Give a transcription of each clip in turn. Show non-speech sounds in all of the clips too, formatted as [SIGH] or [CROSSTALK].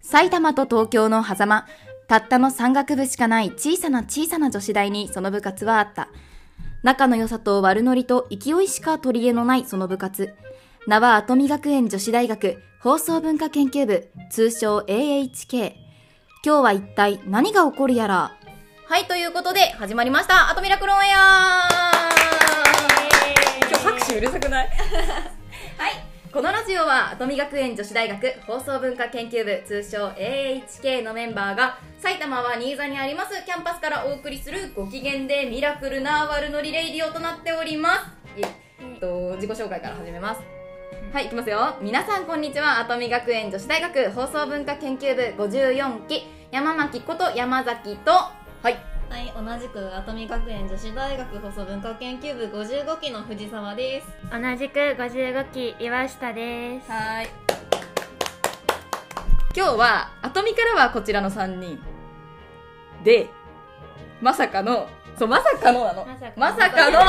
埼玉と東京の狭間、たったの山岳部しかない小さな小さな女子大にその部活はあった。仲の良さと悪ノリと勢いしか取り柄のないその部活。名は跡見学園女子大学放送文化研究部、通称 AHK。今日は一体何が起こるやら。はい、ということで始まりました。アトミラクロンエア今日拍手うるさくない [LAUGHS] はい、このラジオは跡見学園女子大学放送文化研究部通称 AHK のメンバーが埼玉は新座にありますキャンパスからお送りするご機嫌でミラクルな悪ノリレイディオとなっておりますえっと自己紹介から始めますはい、いきますよ皆さんこんにちは跡見学園女子大学放送文化研究部54期山巻こと山崎とはいはい、同じく熱海学園女子大学放送文化研究部55期の藤沢です。同じく55期岩下ですはい今日はアトミからはこちらの3人でまさかのそうまさかのなのまさかまさかの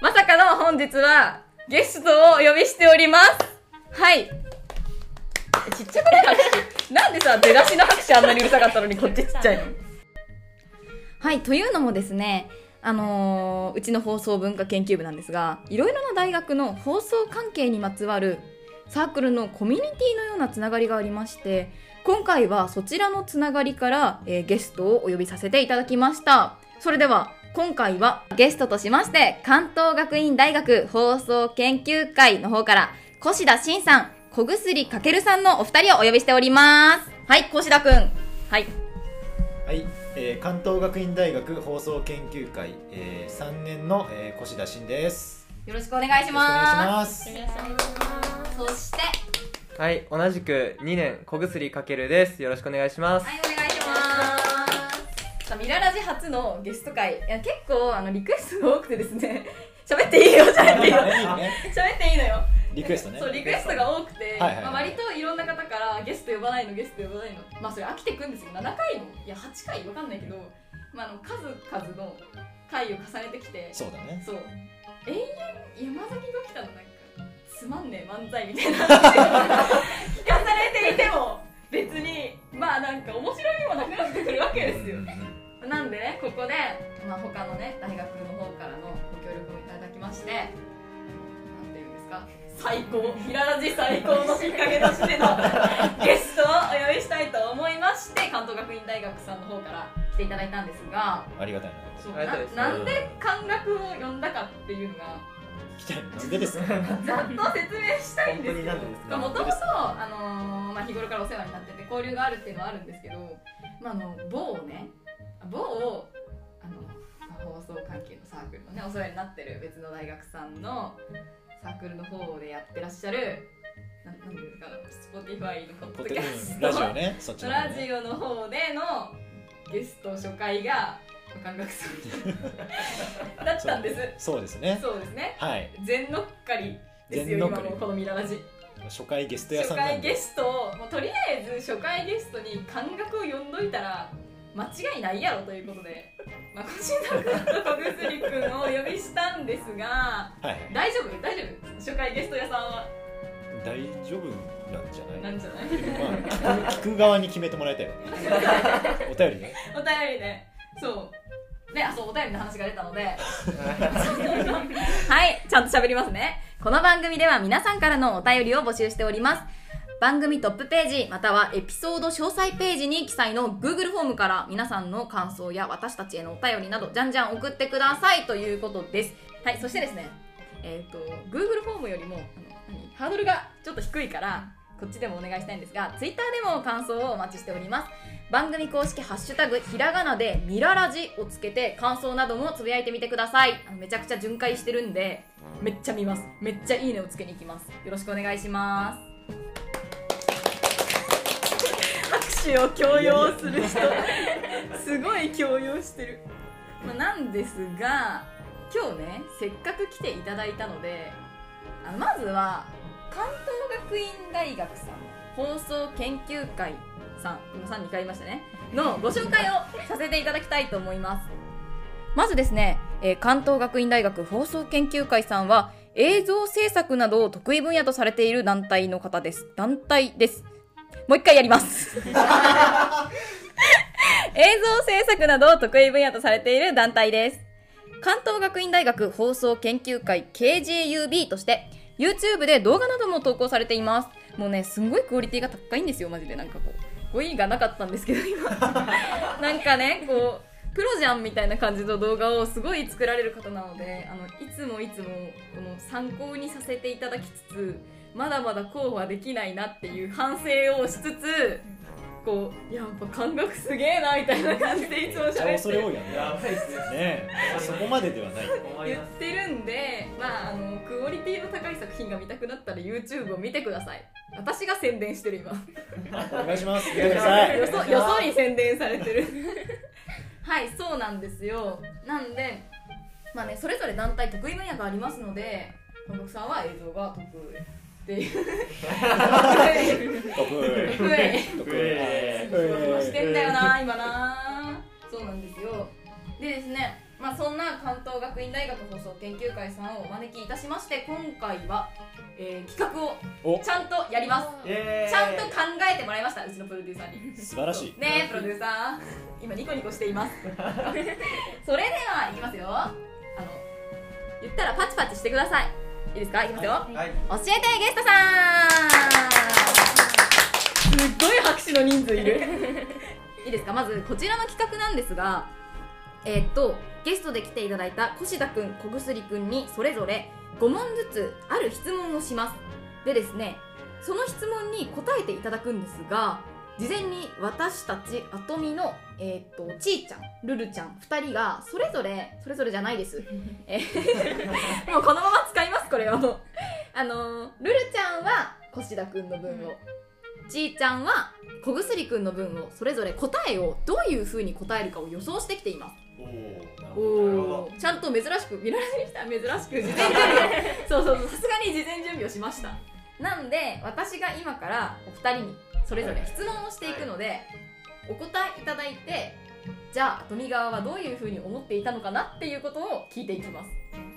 まさかの本日はゲストをお呼びしておりますはいえちっちゃくない拍手なんでさ出だしの拍手あんなにうるさかったのにこっちちっちゃいのはいというのもですねあのーうちの放送文化研究部なんですがいろいろな大学の放送関係にまつわるサークルのコミュニティのようなつながりがありまして今回はそちらのつながりから、えーゲストをお呼びさせていただきましたそれでは今回はゲストとしまして関東学院大学放送研究会の方から越田真さん小薬かけるさんのお二人をお呼びしておりますはい越田くんはいはい、えー関東学院大学放送研究会、え3年の、えー越田真です。よろしくお願いしよろしくお願いしまます。すそしてはい、同じく2年小薬かけるです。よろしくお願いします。はい、お願いします。さあ、ミララジ初のゲスト会、いや結構あのリクエストが多くてですね、喋っていいよ、 [LAUGHS] 喋っていいよ、いいね喋っていいのよ。リクエストね。そうリクエストが多くて、はいはいはいまあ、割といろんな方からゲスト呼ばないのゲスト呼ばないのまあそれ飽きてくんですよ7回もいや8回わかんないけど、まあ、あの数々の回を重ねてきてそうだね。そう永遠山崎が来たのなんかつまんねえ漫才みたいな [LAUGHS] 聞かされていても別にまあなんか面白みもなくなってくるわけですようんうんなんでねここで、まあ、他のね大学の方からのご協力をいただきましてなんていうんですか最高ひららじ最高のきっかけとして [LAUGHS] のゲストをお呼びしたいと思いまして関東学院大学さんの方から来ていただいたんですがありがたいな。そうありがなたいですねなんで関学を呼んだかっていうのが来たん [LAUGHS] でですね。ざっと説明したいんですけど本当になんですかもともと、あのーまあ、日頃からお世話になってて交流があるっていうのはあるんですけど、まあ、あの某ね某あの、まあ放送関係のサークルのねお世話になってる別の大学さんのサークルの方でやってらっしゃるななんていうんですか Spotify のポポッッドドキキャャスストトラジオね。そっちの方ラねジオの方でのゲスト初回が感覚さんだったんですそうですね。そうですねはい。全のっかりですよ全の今っかりのこのミララジ初回ゲスト屋初さんな回んゲで。ストをもうとりあえず初回ゲストに感覚を呼んどいたら間違いないやろということでまあ越田君と小薬君をお呼びしたんですがはいはい。大丈夫大丈夫初回ゲスト屋さんは大丈夫なんじゃな。ないんじゃないまあ [LAUGHS] 聞く聞く側に決めてもらいたいわ。お便りね。 [LAUGHS] お便りでそうであそうお便りの話が出たのではい、ちゃんと喋りますね。この番組では皆さんからのお便りを募集しております。番組トップページまたはエピソード詳細ページに記載の Google フォームから皆さんの感想や私たちへのお便りなどじゃんじゃん送ってくださいということです。はい、そしてですね、えっ、と Google フォームよりもあの何ハードルがちょっと低いからこっちでもお願いしたいんですが Twitter でも感想をお待ちしております。番組公式ハッシュタグひらがなでミララジをつけて感想などもつぶやいてみてくださいあのめちゃくちゃ巡回してるんでめっちゃ見ますめっちゃいいねをつけに行きますよろしくお願いします [LAUGHS] 拍手を強要する人 [LAUGHS] すごい強要してる、まあ、なんですが今日ねせっかく来ていただいたのであのまずは関東学院大学さん放送研究会さん今3に変わりましたねのご紹介をさせていただきたいと思いますまずですね、えー関東学院大学放送研究会さんは映像制作などを得意分野とされている団体の方です団体ですもう一回やります [LAUGHS] 映像制作などを得意分野とされている団体です関東学院大学放送研究会 KJUB として YouTube で動画なども投稿されていますもうねすんごいクオリティが高いんですよマジでなんかこう語彙がなかったんですけど今なんかねこうプロじゃんみたいな感じの動画をすごい作られる方なのであのいつもいつもこの参考にさせていただきつつまだまだ候補はできないなっていう反省をしつつこうやっぱ感覚すげえなみたいな感じでいつもじ喋ゃあって恐れ多いよねやばいっすねねえそこまでではない思い言っますてるんで、まあ、あのクオリティの高い作品が見たくなったら YouTube を見てください私が宣伝してる今お願いします見てくださいよそよそに宣伝されてるはいそうなんですよなんでまあねそれぞれ団体得意分野がありますので韓国さんは映像が得意っていう得得意意得えそうしてんだよ意な今なそうなんですよでですねまあそんな関東学院大学放送研究会さんをお招きいたしまして今回は、えー企画をおちゃんとやりますえちゃんと考えてもらいましたうちのプロデューサーに素晴らしいねえプロデューサー今ニコニコしてい [LAUGHS] ますそれではいきますよあの言ったらパチパチしてくださいいいですかいきますよ、はい教えてゲストさんすっごい拍手の人数いる [LAUGHS] いいですかまずこちらの企画なんですがえーっとゲストで来ていただいた越田くん小薬くんにそれぞれ5問ずつある質問をしますでですねその質問に答えていただくんですが事前に私たちあとみの、えーっとちーちゃんるるちゃん2人がそれぞれそれぞれじゃないです、えー [LAUGHS] もうこのまま使いますこれをあのー、ルルちゃんは越田くんの分を、ちーちゃんは小薬くんの分をそれぞれ答えをどういうふうに答えるかを予想してきていますおおおおーちゃんと珍しく見られてきた珍しく事前準備を [LAUGHS] そうそうそうさすがに事前準備をしましたなんで私が今からお二人にそれぞれ質問をしていくので、お答えいただいてじゃあ富川はどういうふうに思っていたのかなっていうことを聞いていきます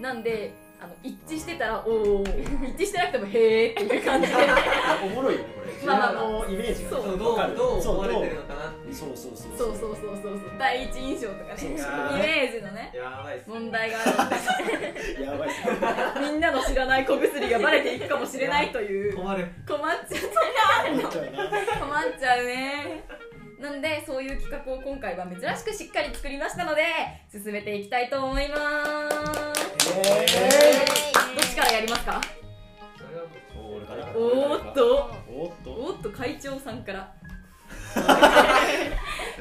なんであの一致してたらおお一致してなくてもへえっていう感じ [LAUGHS] でおもろいよねこれまあまあまあ自分のイメージがそうそうどわかるうどう思われそうてるのかなっていうそうそうそうそうそうそうそうそう第一印象とかねイうメージのねやばいっすね問題があるのでやばいっすみんなの知らない小薬がバレていくかもしれないという [LAUGHS] 困っ困るちゃ困っちゃうなう困っちゃうねなんでそういう企画を今回は珍しくしっかり作りましたので進めていきたいと思いますえどっちからやりますかそれはもーおうー俺からおーっとおーっとおっと会長さんから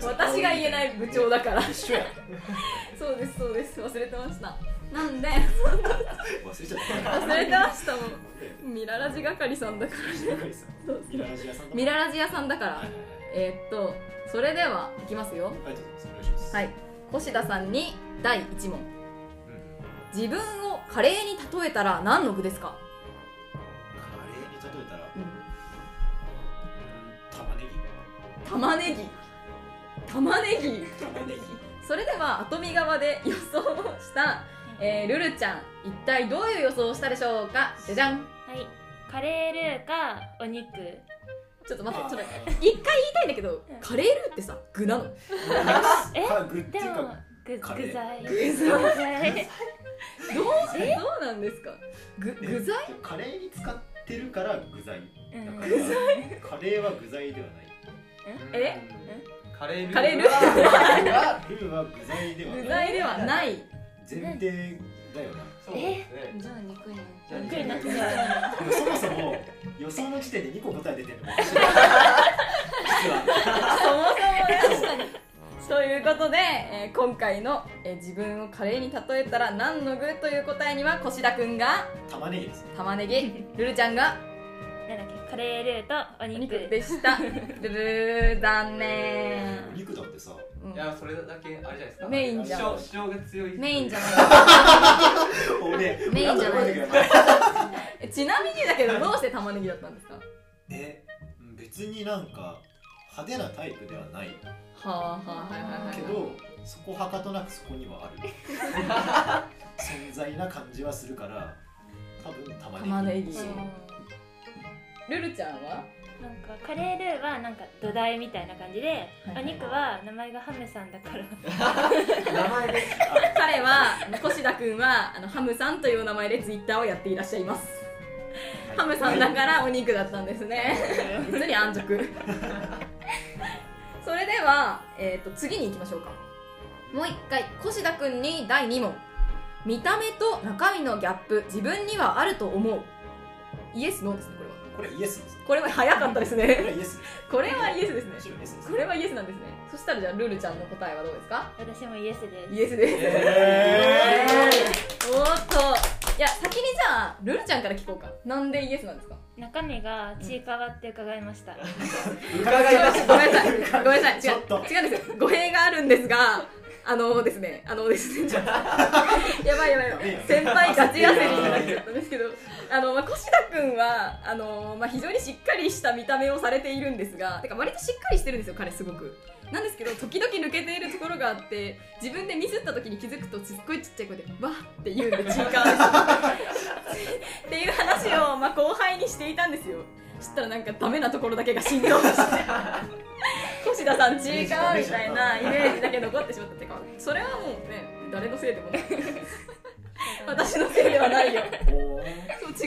私が言えない部長だから一緒やそうですそうです忘れてましたなんで忘れちゃった忘れてま [LAUGHS] したもんミララジ係さんだからすごいっすそうミララジ屋さんだミララジ屋さんだからはいはいえーっとそれではいきますよはいはいお願いしますはい越田さんに第1問自分をカレーに例えたら何の具ですか、カレーに例えたらうん、玉玉ねねぎ玉ねぎぎ玉ねぎそれでは後見側で予想をした、えー、ルルちゃん一体どういう予想をしたでしょうかじゃじゃんはいカレールーかお肉ちょっと待ってちょっと待って一回言いたいんだけどカレールーってさ具なのえあグッでていうもかぐ具カレー材具材具材どうどうなんですか具具材えカレーに使ってるから具材うだんからカレーは具材ではないえカレールーカレールールーは具材では具ない材ではない前提だよなそうですねじゃあ肉にじゃあびっくりなっちじゃゃうでもそもそも予想の時点で2個答え出てるのも面白そもそもねいそ [LAUGHS] うということで、えー今回の、えー自分をカレーに例えたら何の具という答えには越田くんが玉ねぎですね玉ね [LAUGHS] ぎルルちゃんがなんだっけカレールーとおお肉肉で [LAUGHS] したルルー残念、お肉だってさうんいやそれだけあれじゃないですかメインじゃん主張主張が強いメインじ [LAUGHS] ゃない俺メインじゃないんだけどえちなみにだけどどうして玉ねぎだったんですかはえ別になんか派手なタイプではないあはあはいはいはいけどそこはかとなくそこにはあ [LAUGHS] る存在な感じはするから多分玉ねぎ玉ねぎそうルルちゃんはなんかカレールーはなんか土台みたいな感じで、はいはいお肉は名前がハムさんだから名前です彼は越田君はあのハムさんというお名前でツイッターをやっていらっしゃいますハムさんだからお肉だったんですね普通に安直それでは、えー、と次に行きましょうかもう一回越田君に第2問見た目と中身のギャップ自分にはあると思うイエスノーですねこれはこれイエスですこれは早かったですこね [LAUGHS] れイエスですこれはイエスですねむしろイエスですこれはイエスなんですねそしたらじゃあルールちゃんの答えはどうですか私もイエスですイエスです、えおーっといや先にじゃあルルちゃんから聞こうかなんでイエスなんですか中身がちいかわって伺いました、ー伺いましごためんなさいごめんなさいち違ょっとう違うんですよ語弊があるんですがあのですねあのですねやばいやばいやばい先輩ガチガチにしてなきゃだったんですけどあの、まあ、越田君はあの、まあ、非常にしっかりした見た目をされているんですがてか割としっかりしてるんですよ彼すごくなんですけど時々抜けているところがあって自分でミスった時に気づくとすっごいちっちゃい声で「わっ!」って言うんでチーカーです [LAUGHS] っていう話を、まあ、後輩にしていたんですよそしたらなんかダメなところだけが振動して「越田さんチーカー」みたいなイメージだけ残ってしまったっていうかそれはもうね誰のせいでもない私のせいではないよおーそう違います違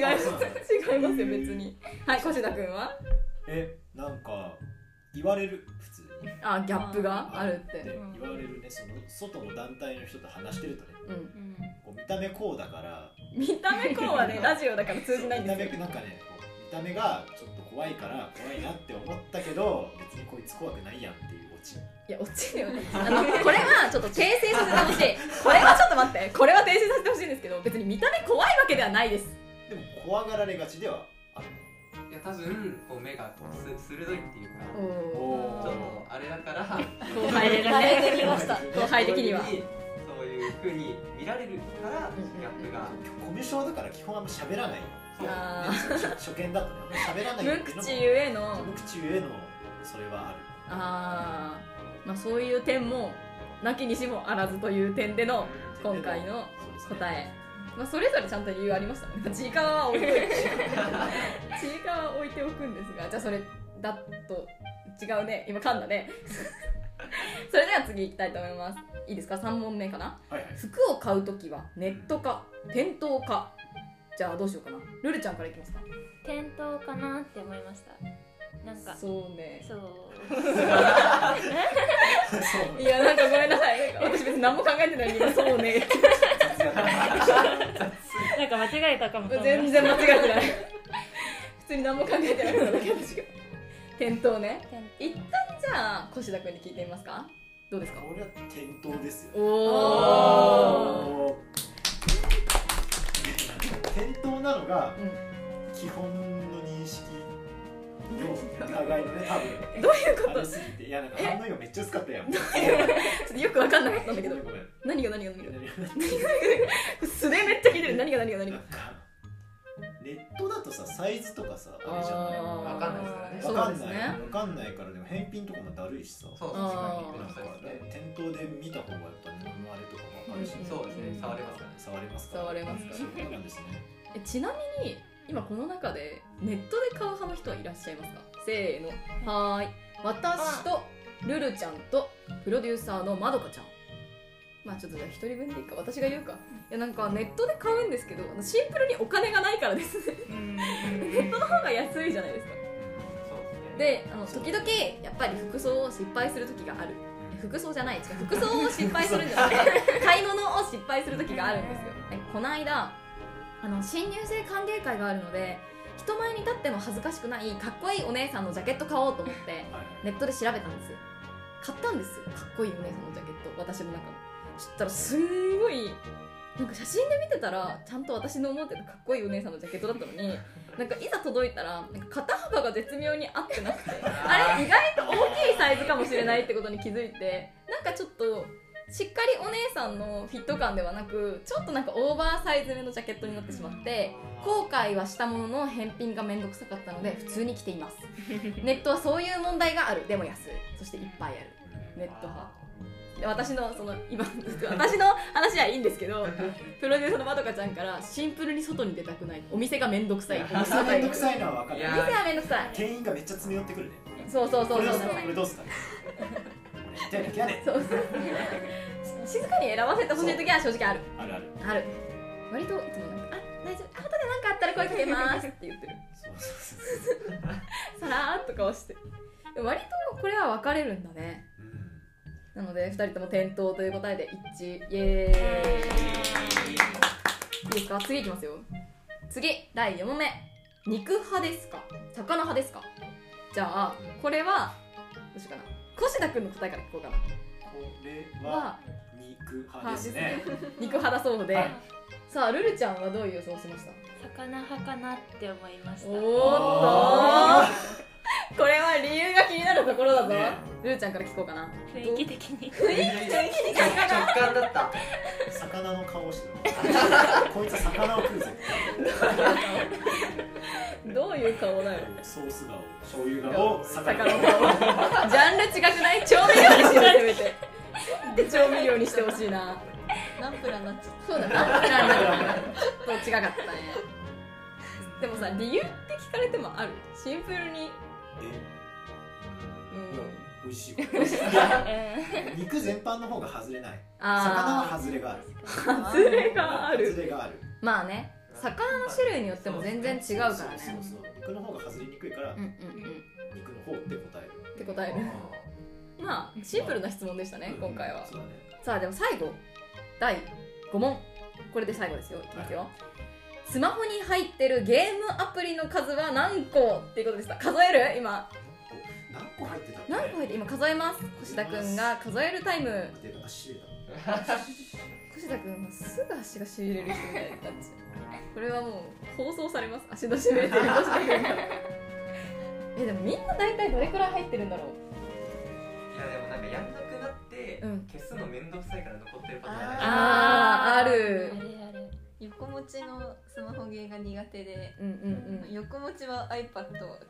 いますよ別にはい越田君はえなんか言われる普通にねあギャップがあるって言われるねその外の団体の人と話してるとねうんうんこう見た目こうだから見た目こうはねラジオだから通じないん見たで目すよなんかねこう見た目がちょっと怖いから怖いなって思ったけど別にこいつ怖くないやんっていうオチいや落ちるよねあのこれはちょっと訂正させてほしいこれはちょっと待ってこれは訂正させてほしいんですけど別に見た目怖いわけではないですでも怖がられがちではあるねいや多分こう目がこうす鋭いっていうかちょっとおあれだから後後輩が慣れねてきました後輩的にはそういう風に見られるからうんギャップがコミュ障だから基本あんま喋らないよそうあーね初初見だとねあんま喋らない無っていうのも口ゆえの無口ゆえのそれはあるあーまあそういう点もなきにしもあらずという点での今回の答え、まあ、それぞれちゃんと理由ありましたもんね [LAUGHS] ちいかわは置いておくちいかわは置いておくんですがじゃあそれだと違うね今噛んだね [LAUGHS] それでは次いきたいと思いますいいですか3問目かなはいはい服を買うときはネットか店頭かじゃあどうしようかなルルちゃんからいきますか店頭かなって思いましたなんかそうねそうそういやなんかごめんなさ [LAUGHS] いなんか私別に何も考えてないのに今そうねってなんか間違えたかもと思いま全し然間違えてない普通に何も考えてないことだけ私が店頭ねた店一旦じゃあ越田君に聞いてみますかどうですか俺は店頭ですよおおお店頭なのがうん基本の認識の互いのね多分どういうこあとれすぎていやなんか反応がめっちゃ薄かったやんごちょっとよく分かんなかったんだめけんどごめん何が何が何が [LAUGHS] な素でめっちゃ聞いてる何が何が何がんかネットだとさサイズとかさあれじゃあーわかんないですからねないそうわかでんすないねわかんないからでも返品とかもだるいしさそうそうあー確かになんかね店頭で見た方がやっぱ布のあれとかもわかるしうんそうですね触れますからね触れますから触れますかそういうことなんですねえちなみに今この中でネットで買う派の人はいらっしゃいますかせーのはーい私とルルちゃんとプロデューサーのまどかちゃんまあちょっとじゃあ一人分でいいか私が言うかいやなんかネットで買うんですけどシンプルにお金がないからですね [LAUGHS] ネ [LAUGHS] ットの方が安いじゃないですかそうですねであの時々やっぱり服装を失敗する時がある服装じゃない違う服装を失敗するんじゃない買い物を失敗する時があるんですよえこの間あの新入生歓迎会があるので人前に立っても恥ずかしくないかっこいいお姉さんのジャケット買おうと思ってはいネットで調べたんですよ買ったんですよかっこいいお姉さんのジャケット私の中のそしたらすんごいなんか写真で見てたらちゃんと私の思ってたかっこいいお姉さんのジャケットだったのになんかいざ届いたらなんか肩幅が絶妙に合ってなくてあれ意外と大きいサイズかもしれないってことに気づいてなんかちょっとしっかりお姉さんのフィット感ではなくちょっとなんかオーバーサイズめのジャケットになってしまって後悔はしたものの返品がめんどくさかったので普通に着ていますネットはそういう問題があるでも安いそしていっぱいあるネット派私のその今 [LAUGHS] 私の話はいいんですけ [LAUGHS] どプロデューサーのまどかちゃんからシンプルに外に出たくないお店がめんどくさいお [LAUGHS] 店店がめんどくいさいのは分かいるお店やはめんどくさい店員がめっちゃ詰め寄ってくるねそうそうそうこれそどうそうすうかこれどうすかみたいな嫌で [LAUGHS] そうそう静かに選ばせてほしい時は正直あるあるあるある割といつもなんか「あ大丈夫あとで何かあったら声かけます」って言ってるそうそうそうさらーっと顔してでも割とこれは分かれるんだねうなので2人とも転倒という答えで一致イエーイいいですか次いきますよ次第4問目肉派ですか魚派ですかじゃあこれはどうしようかな越田君の答えから聞こうかなんこれはは肉派ですね肉派だそうで、はいさあルルちゃんはどういう予想をしました魚派かなって思いましたおはーっとこれは理由が気になるところだぞ、ねルルちゃんから聞こうかな雰囲気的に雰囲気的にー直感だった魚の顔してるこいつ魚を食うぜどういう顔だよソース顔醤油顔魚魚の顔顔ジャンル違くない調味料にしてせめてなんで調味料にしてほしいなナンプラーになっちゃっそうだなちょっと違かったねでもさ理由って聞かれてもあるシンプルにうん美味しいうん肉全般の方が外れない魚あは外れがあるあズレがある外れがあるまあね魚の種類によっても全然違うからそうねそうそう肉の方が外れにくいからうんうんうん肉の方って答えるって答えるまあシンプルな質問でしたね今回はそうだねさあでも最後第5問これで最後ですよいきますよ、スマホに入ってるゲームアプリの数は何個っていうことでした数える今何個入ってたっけ何個入って今数えます越田くんが数えるタイム出た足だ越田くんはすぐ足がしびれる人みたいな感じこれはもう放送されます足のしびれてる越田くんが [LAUGHS] えでもみんな大体どれくらい入ってるんだろういやでもなんかやんなくなって、うん消すのめんどくさいから残ってるパターンだねあーあるあれあれた横持ちのスマホゲーが苦手でうんうんうん横持ちは iPad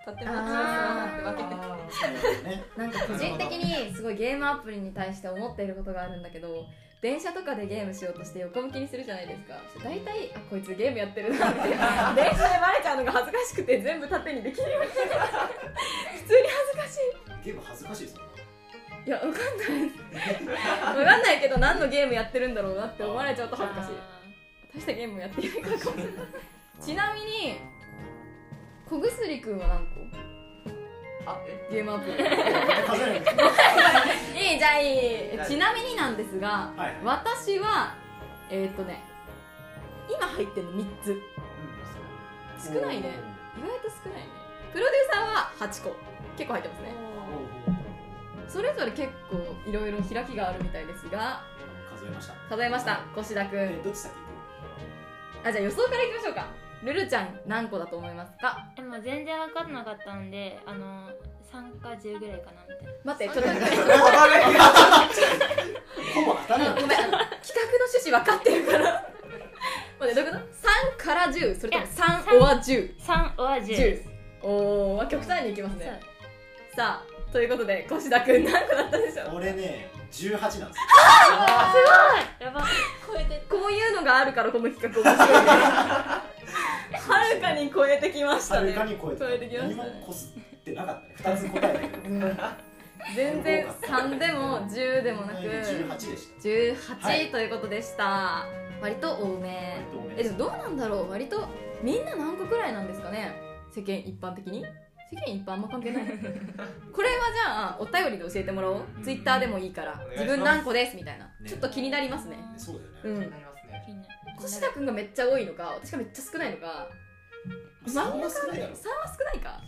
縦持ちはあスマホって分けててねなんか個人的にすごいゲームアプリに対して思っていることがあるんだけど電車とかでゲームしようとして横向きにするじゃないですか大体あこいつゲームやってるなって電車でバレちゃうのが恥ずかしくて全部縦にできるようにしてた普通に恥ずかゲーム恥ずかしいそんなしいいやわかんないわかんないけど何のゲームやってるんだろうなって思われちゃうと恥ずかしい大したゲームやってないからかもしれないちなみに小薬くんは何個あえゲームアプリ数えるいいじゃあいいちなみになんですがはいはい私はえーっとね今入ってるの3つ少ないね意外と少ないねプロデューサーは8個結構入ってますねおーおーそれぞれ結構いろいろ開きがあるみたいですが数えました数えました越田くえんどっち先あじゃあ予想からいきましょうかルルちゃん何個だと思いますかでも全然分かんなかったんであの3か10ぐらいかなみ待たいなってちょっと待っあて [LAUGHS] 悪い行くほぼ当たるごめんあの企画の趣旨分かってるから待ってどういうこと3から10それともいや3 or 10 3 or 10 10おお極端にいきますそうねさあということで越田くん何個だったでしょう俺ね18なんですよやば超えてこういうのがあるからこの企画面白 [LAUGHS] いねはるかに超えてきましはたるねかに超え超えてきてたまし何たもねこすってなかったね2つ答えだけ [LAUGHS] ど全然3でも10でもなく18でしたはい18ということでした、割と多め割と多えめでですもどうなんだろう割とみんな何個くらいなんですかね世間一般的に世間一般あんま関係ない [LAUGHS] これはじゃあお便りで教えてもらおう、うんツイッターでもいいからお願いします自分何個ですみたいな、ねちょっと気になりますねそうだよ気うんねになりますね気になる越田君がめっちゃ多いのか私がめっちゃ少ないのかまあそんな少ないだ3はろ少ないか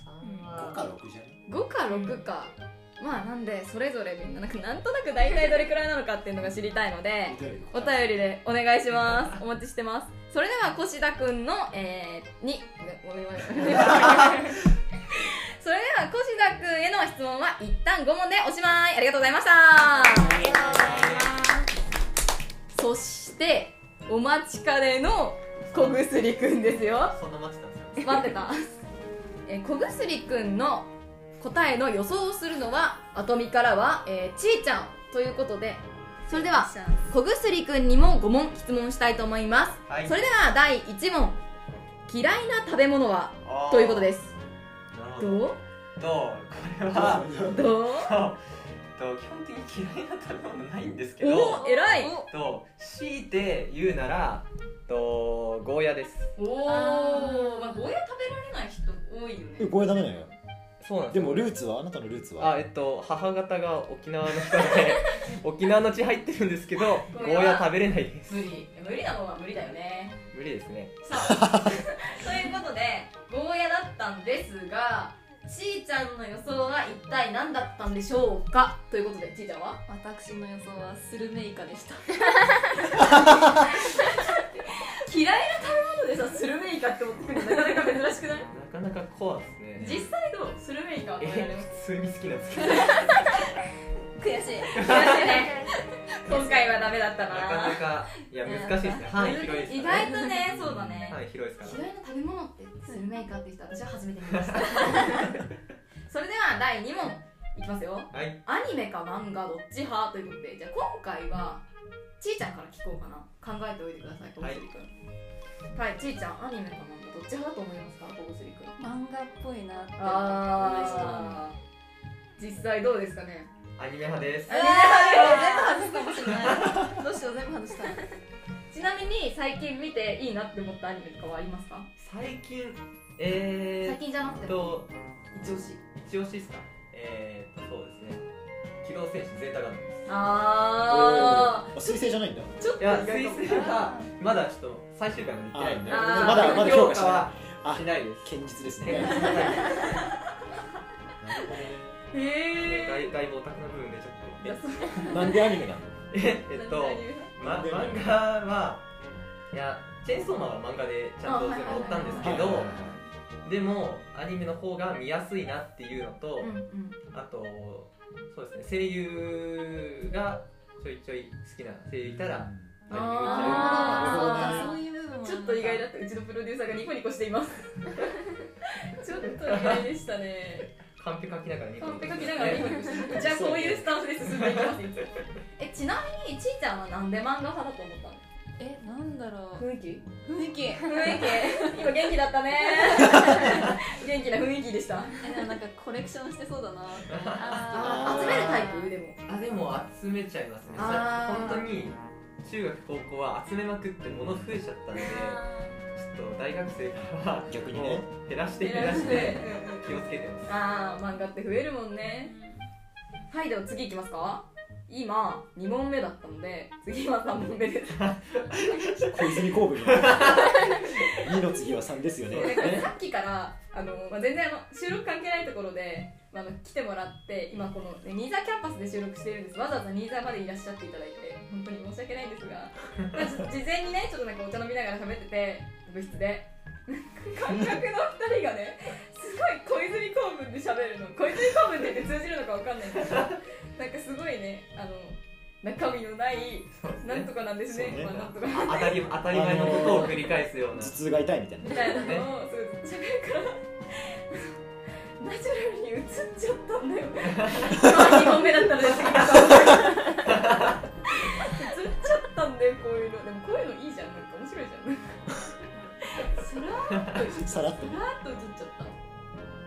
5か6じゃね5か6か、まあなんでそれぞれみんななんかなんとなく大体どれくらいなのかっていうのが知りたいのでお便りのお答え便りでお願いしますお待ちしてますそれでは越田くんのえー、にごめんごめんそれでは越田くんへの質問は一旦5問でおしまいありがとうございましたありがとうございますそしてお待ちかねの小薬くんですよそんな待ってたんですか待ってたえー小薬くんの答えの予想をするのはアトミからは、えーちーちゃんということでそれでは小薬くんにも5問質問したいと思います、はいそれでは第1問嫌いな食べ物はあーということですなるほどどとこれはうどうとと基本的に嫌いな食べ物ないんですけどお偉いと強いて言うならとゴーヤですおおあーまあゴーヤ食べられない人多いよねえこれダメなのよそうなんでですもルーツはあなたのルーツはあえっと母方が沖縄の人で沖縄の地入ってるんですけどゴーヤ食べれないです無理無理なものは無理だよね [LAUGHS] 無理ですねさあ [LAUGHS] ということでゴーヤだったんですがちーちゃんの予想は一体何だったんでしょうかということでちーちゃんは私の予想はスルメイカでした嫌いな食べ物でさスルメイカって持ってくるのなかなか珍しくないなかなかコアです [LAUGHS] ね実際どうスルメイカはえ食べられます普通に好きなん [LAUGHS] ですけど悔しい悔しいね今回はダメだったななかなかいや難しいですね範囲広いです意から外ねとねそうだね、範囲広いですから嫌いな食べ物ってスルメイカって人私は初めて見 [LAUGHS] ましたそれでは第2問いきますよはいアニメか漫画どっち派ということでじゃあ今回はちーちゃんから聞こうかな考えておいてください小はい薬くんはい、ちーちゃんアニメか漫画どっち派だと思いますか小薬くん漫画っぽいなってあー実際どうですかねアニメ派ですアニメ派あで全部外したかもしれないどうしよう全部外したちなみに最近見ていいなって思ったアニメとかはありますか最近えー最近じゃなくえってもと一押し一押しですかえー、っとそうですね機動戦士ゼータガンダムですあおーあ水星じゃないんだーちょっとい意外やかも水星はまだちょっと最終回まで行ってないんであーまだまだ評価あはあしないです堅実ですえ [LAUGHS] ねへー外外部オタクな部分でちょっといやそうなんでアニメなのええっと、ま、漫画はいやチェーンソーマンは漫画でちゃんと全部追ったんですけはいはいはどでもアニメの方が見やすいなっていうのと、うんうんあとそうですね声優がちょいちょい好きな声優いたらアニメ見ちゃうあーあそういう部分もちょっと意外だったうちのプロデューサーがニコニコしています [LAUGHS] ちょっと意外でしたねカンペ書きながらニコカニンコペ書きながらニコニコしてうちはこういうスタンスで進んでいき [LAUGHS] ますいつもえちなみにちーちゃんはなんで漫画派だと思ったのえなんだろう雰囲気雰囲気え雰囲気今元気だ [LAUGHS] ったね元気な雰囲気でしたでもなんかコレクションしてそうだなって思ってあー集めるタイプでもあでも集めちゃいますねあー本当に中学高校は集めまくって物増えちゃったんでちょっと大学生からは逆にねもう減らして減らして気をつけてますああ漫画って増えるもんねはいでは次いきますか今2問目だったので次は3問目です小泉公 [LAUGHS] 文の2の次は3ですよねなんかさっきからあの、まあ、全然あの収録関係ないところで、まあ、あの来てもらって今この、ね、新座キャンパスで収録してるんですわざわざ新座までいらっしゃっていただいて本当に申し訳ないんですがまあちょっと事前にねちょっとなんかお茶飲みながら喋ってて部室で観客の2人がねすごい小泉公文で喋るの小泉公文って言って通じるのかわかんないんですけどなんかすごいねあの中身のないなんとかなんですねそうねまあ、なんとか当たり当たり前のことを繰り返すよう頭な [LAUGHS] 痛が痛いみたいなみたいなのをそう喋るからナチュラルに映っちゃったんだよ2本目だったので [LAUGHS] 次だと思った映っちゃったんだよこういうのでもこういうのいいじゃんなんか面白いじゃんさらっとさらっとさらっと映っちゃった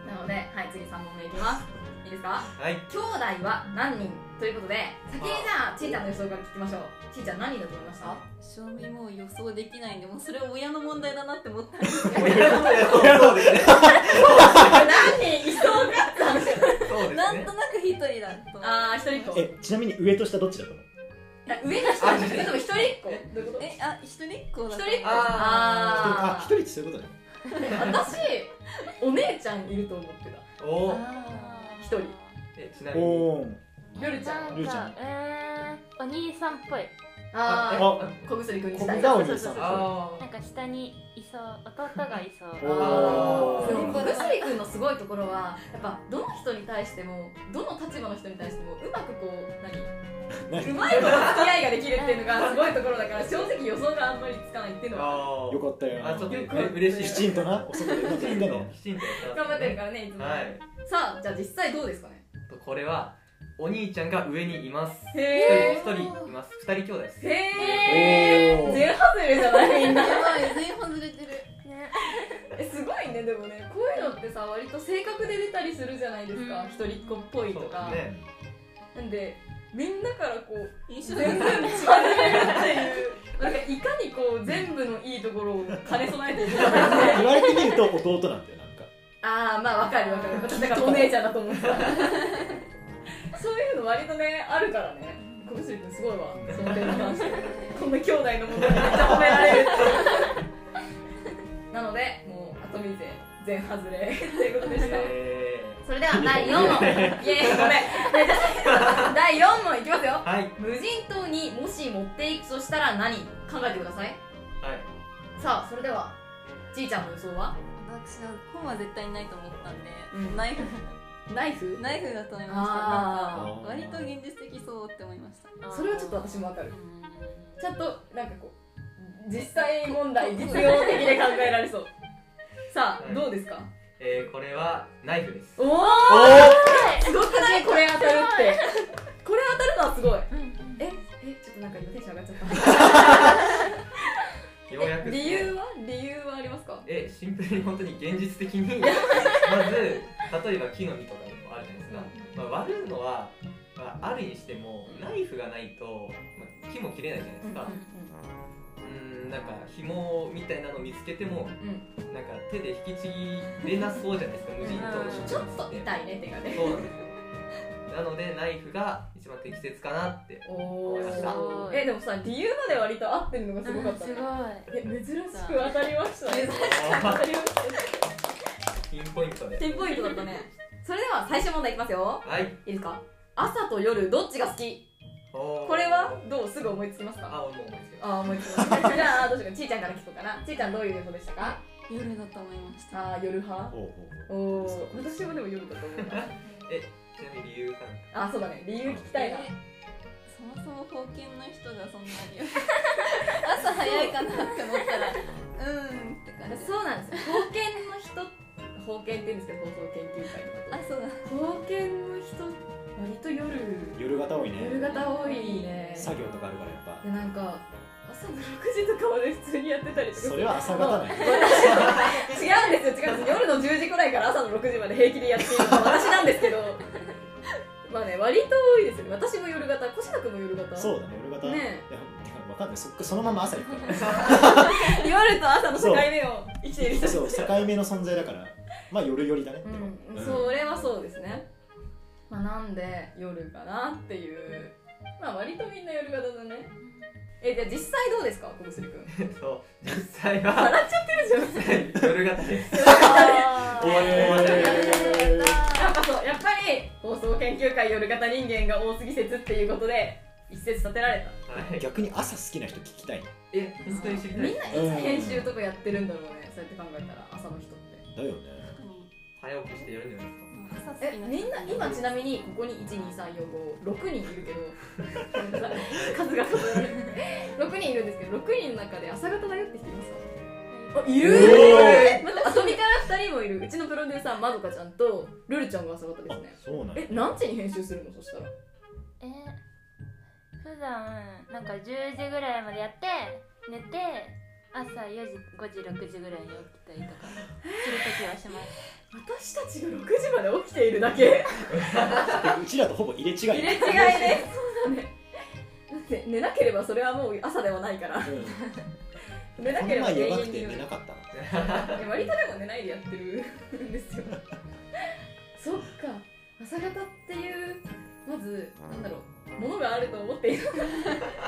なのではい次3問目いきますいいですかはい兄弟は何人ということで先にじゃあちーちゃんの予想から聞きましょうちーちゃん何人だと思いました賞味もう予想できないんでもうそれは親の問題だなって思ったんですけそうそうですね何人いそうかったんですよそうどでなすんねとなく一人だとああ一人っ子えちなみに上と下どっちだと思うあ上の人それとも一人っ子えどういうことえあ一人っ子一人っだと子ああ一人ってそういうことねー私お姉ちゃんいると思ってたおーあー一人えちなみおにおよるちゃんなルんーちゃかんえーんお兄さんっぽいああー小薬くんにここしたいがお兄さんあなんか下にいそう弟がいそうおあおーでも小薬くんのすごいところはやっぱどの人に対してもどの立場の人に対してもうまくこう何何うまいこと付き合いができるっていうの [LAUGHS] がすごいところだから正直予想があんまりつかないっていうのはあよかったよあちょっとよねかった嬉しきいちんとなおそこでなんきかちみんんとなでやってますね頑張ってるからねいつもはいさあじゃあ実際どうですかねこれはお兄ちゃんが上にいますへ一人え一人います二人兄弟ですへえおー全外れじゃないみんなやばい全員外れてるねえすごいねでもねこういうのってさ割と性格で出たりするじゃないですか、うん一人っ子っぽいとか、そうねなんでみんなからこう印象的全然違うっていうなんかいかにこう全部のいいところを兼ね備えているか言われてみると弟なんだよなんか [LAUGHS] ああまあわかるわかる私だからお姉ちゃんだと思ってたそういうの割とねあるからね小結君すごいわその点に関してこんな兄弟のもとにめっちゃ褒められるって [LAUGHS] なのでもう後見勢全外れということでしたイエえそれでは第4問ーイごめん第4問いきますよーはいはい無人島にもし持っていくとしたら何考えてくださいさあそれではじいちゃんの予想は私は本は絶対ないと思ったんで、うんナイフナイフナイフだと思いましたあーなんか割と現実的そうって思いましたそれはちょっと私もわかるちゃんとなんかこう実際問題実用的で考えられそうさあどうですかえーこれはナイフですおおすごくないこれ当たるってこれ当たるのはすごいうんええちょっとなんか今テンション上がっちゃっ [LAUGHS] ようやくた理由は理由はありますかえシンプルに本当に現実 [LAUGHS] 的にまず例えば木の実とかもあるじゃないですか、まあ、割るのは、まあ、あるにしてもナイフがないと、まあ、木も切れないじゃないですかうんなんか紐みたいなの見つけても、なんか手で引きちぎれなそうじゃないですか無人島のちょっと痛いね手がねそうなんですよなのでナイフが一番適切かなって [LAUGHS] おおすーえでもさ理由まで割と合ってるのがすごかったねえ珍しく当たりましたね当たりましたピンポイントでピンポイントだったねそれでは最終問題いきますよはいいいですか朝と夜どっちが好きここれはどうすぐ思いつきますかあもう思いつきまああ思いつきま [LAUGHS] したじゃあどうしようかちーちゃんから聞こうかなちーちゃんどういう予想でしたか夜だと思いましたああ夜派おうおうおお私はでも夜だと思うなすちなみに理由かなあーそうだね理由聞きたいなえそもそも封建の人がそんなに朝早いかなって思ったらうんって感じそうなん [LAUGHS] ですよ封建の人封建って言うんですけど放送研究会あそうだのこと封建の人割と夜夜型多い夜ね型多いね作業とかあるからやっでなんか朝の6時とかまで普通にやってたりとぱかそれは朝型ね [LAUGHS] 違うんですよ違うんですよ夜の10時くらいから朝の6時まで平気でやっているのが私なんですけど [LAUGHS] まあね割と多いですよね私も夜型小志田君も夜型そうだね夜型いやねわかんないそっかそのまま朝行くから夜と朝の境目を生きてい [LAUGHS] る人たちそう境目の存在だからまあ夜寄りだねでもうん、それはそうですね、まあ、なんで夜かなっていうまあ割とみんな夜型だねえじゃあ実際どうですか小薬君えっと実際 [LAUGHS] は笑っちゃってるじゃん [LAUGHS] 夜型です終わりやっぱそうやっぱり放送研究会夜型人間が多すぎ説っていうことで一説立てられたはい逆に朝好きな人聞きたいねえ本当に知りたいみんですないつ編集とかやってるんだろうねそうやって考えたら朝の人ってだよね早起きしてやるんじゃないですか朝好きなえ人みんな今ちなみにここに12345人いるけ [LAUGHS] ど数が数えられる6人いるんですけど6人の中で朝方だよって人いますかあいるえまた遊びから2人もいるうちのプロデューサーまどかちゃんとルルちゃんが朝方ですあねそうなんだえ何時に編集するのそしたらえ普段なんか10時ぐらいまでやって寝て朝4時5時6時ぐらいに起きたりとかするときはします私たちが6時まで起きているだけうちらとほぼ入れ違い入れ違いねそうだねだって [LAUGHS] 寝なければそれはもう朝ではないからうん寝なこけのれば前永やばく遠にて夜寝なかった [LAUGHS] わいや割とでも寝ないでやってるんですよそっか朝方っていうまずなんだろうものがあると思っている [LAUGHS]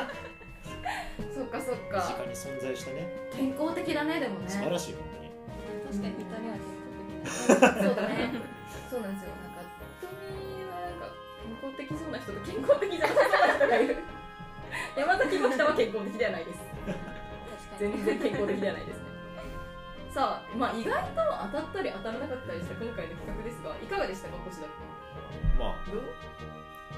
そっかそっ身か近に存在したね健康的だねでもね素晴らしい本当に確かに見た目は結 [LAUGHS] そうだねそうなんですよなんか瞳はなんか健康的そうな人と健康的じゃなさそうな人がいる山崎真北は健康的ではないです構全然健康的ではないですねさあ、まあ、意外と当たったり当たらなかったりした今回の企画ですがいかがでしたか星田君まあ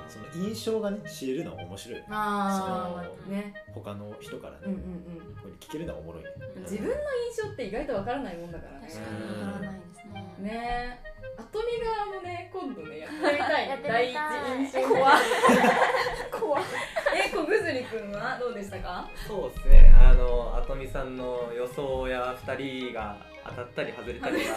その印象がね知えるのは面白いあそあね他の人からうんうねんうんこれ聞けるのはおもろいね自分の印象って意外とわからないもんだからね確かにわからないですねねえあとみ側もね今度ねやってみたい [LAUGHS] やって第第一一 [LAUGHS] 印象印象怖怖え小ぐずりくんはどうでしたかそうですねあのあとみさんの予想や2人が当たったり外れたりが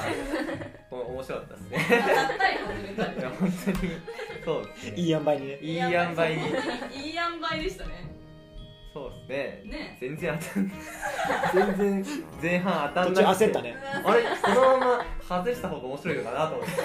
お面白かったですね [LAUGHS] 当たったり外れたりいや本当にそうですねいい塩梅にねいい塩梅にいい塩梅でしたねそうですねね全然当たんない全然前半当た途ん中なくて焦ったねあれこのまま外した方が面白いのかなと思って考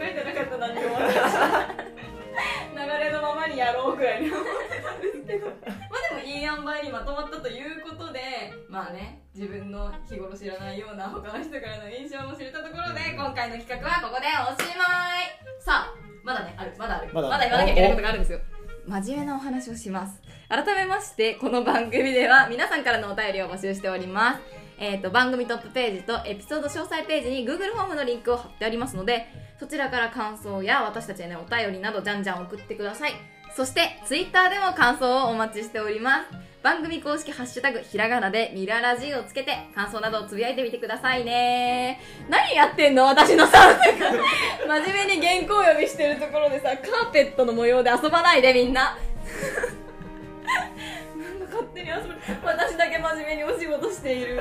えてなかった何にも私流れのままにやろうぐらいに思ってたんですけどまあでもいい塩梅にまとまったということでまあね自分の日頃知らないような他の人からの印象も知れたところで今回の企画はここでおしまいさあまだねあるまだあるまだ言わなきゃいけないことがあるんですよ真面目なお話をします改めましてこの番組では皆さんからのお便りを募集しておりますえー、と番組トップページとエピソード詳細ページに Google フォームのリンクを貼ってありますのでそちらから感想や私たちへのお便りなどじゃんじゃん送ってくださいそして Twitter でも感想をお待ちしております番組公式ハッシュタグひらがなでミララジーをつけて感想などをつぶやいてみてくださいね何やってんの私のさなんか真面目に原稿読みしてるところでさカーペットの模様で遊ばないでみんな [LAUGHS] なんか勝手に遊ぶ私だけ真面目にお仕事している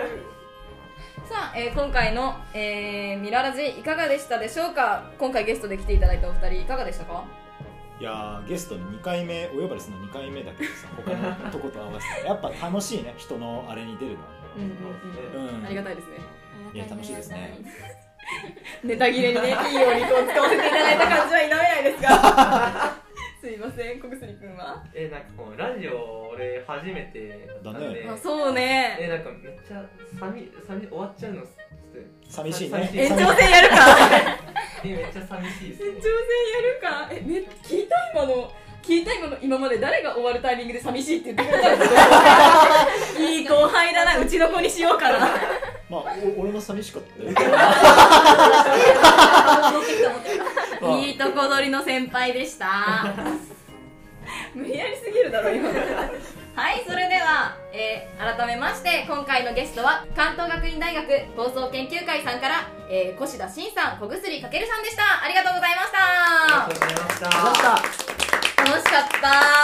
さあ、えー今回の、えーミララジいかがでしたでしょうか今回ゲストで来ていただいたお二人いかがでしたかいやーゲストに2回目お呼ばれするの2回目だけ [LAUGHS] どさ他のとこと合わせてやっぱ楽しいね人のあれに出るのうんうんううんんありがたいですねいや楽しいですね [LAUGHS] ネタ切れ [LAUGHS] にねいいお肉を使わせていただいた感じは否めないですが [LAUGHS] すいません小薬くんは、えなんかこのラジオ俺初めてだったんでだあそうねえなんかめっちゃ寂寂終わっちゃうのちょっ寂しい寂しいね延長戦やるかとえめっちゃ寂しいです延長戦やるねかえめ聞いた今の聞いた今の今まで誰が終わるタイミングで寂しいって言ってくれたんです [LAUGHS] かいい後輩だなうちの子にしようかなまあお俺も寂しかったよまあ [LAUGHS] いいとこ取りの先輩でした。 [LAUGHS] 無理やりすぎるだろ、今。 [LAUGHS] はい、それでは、えー改めまして、今回のゲストは、関東学院大学放送研究会さんから、えー、越田真さん、小薬かけるさんでした。ありがとうございました。ありがとうございましたました楽しかった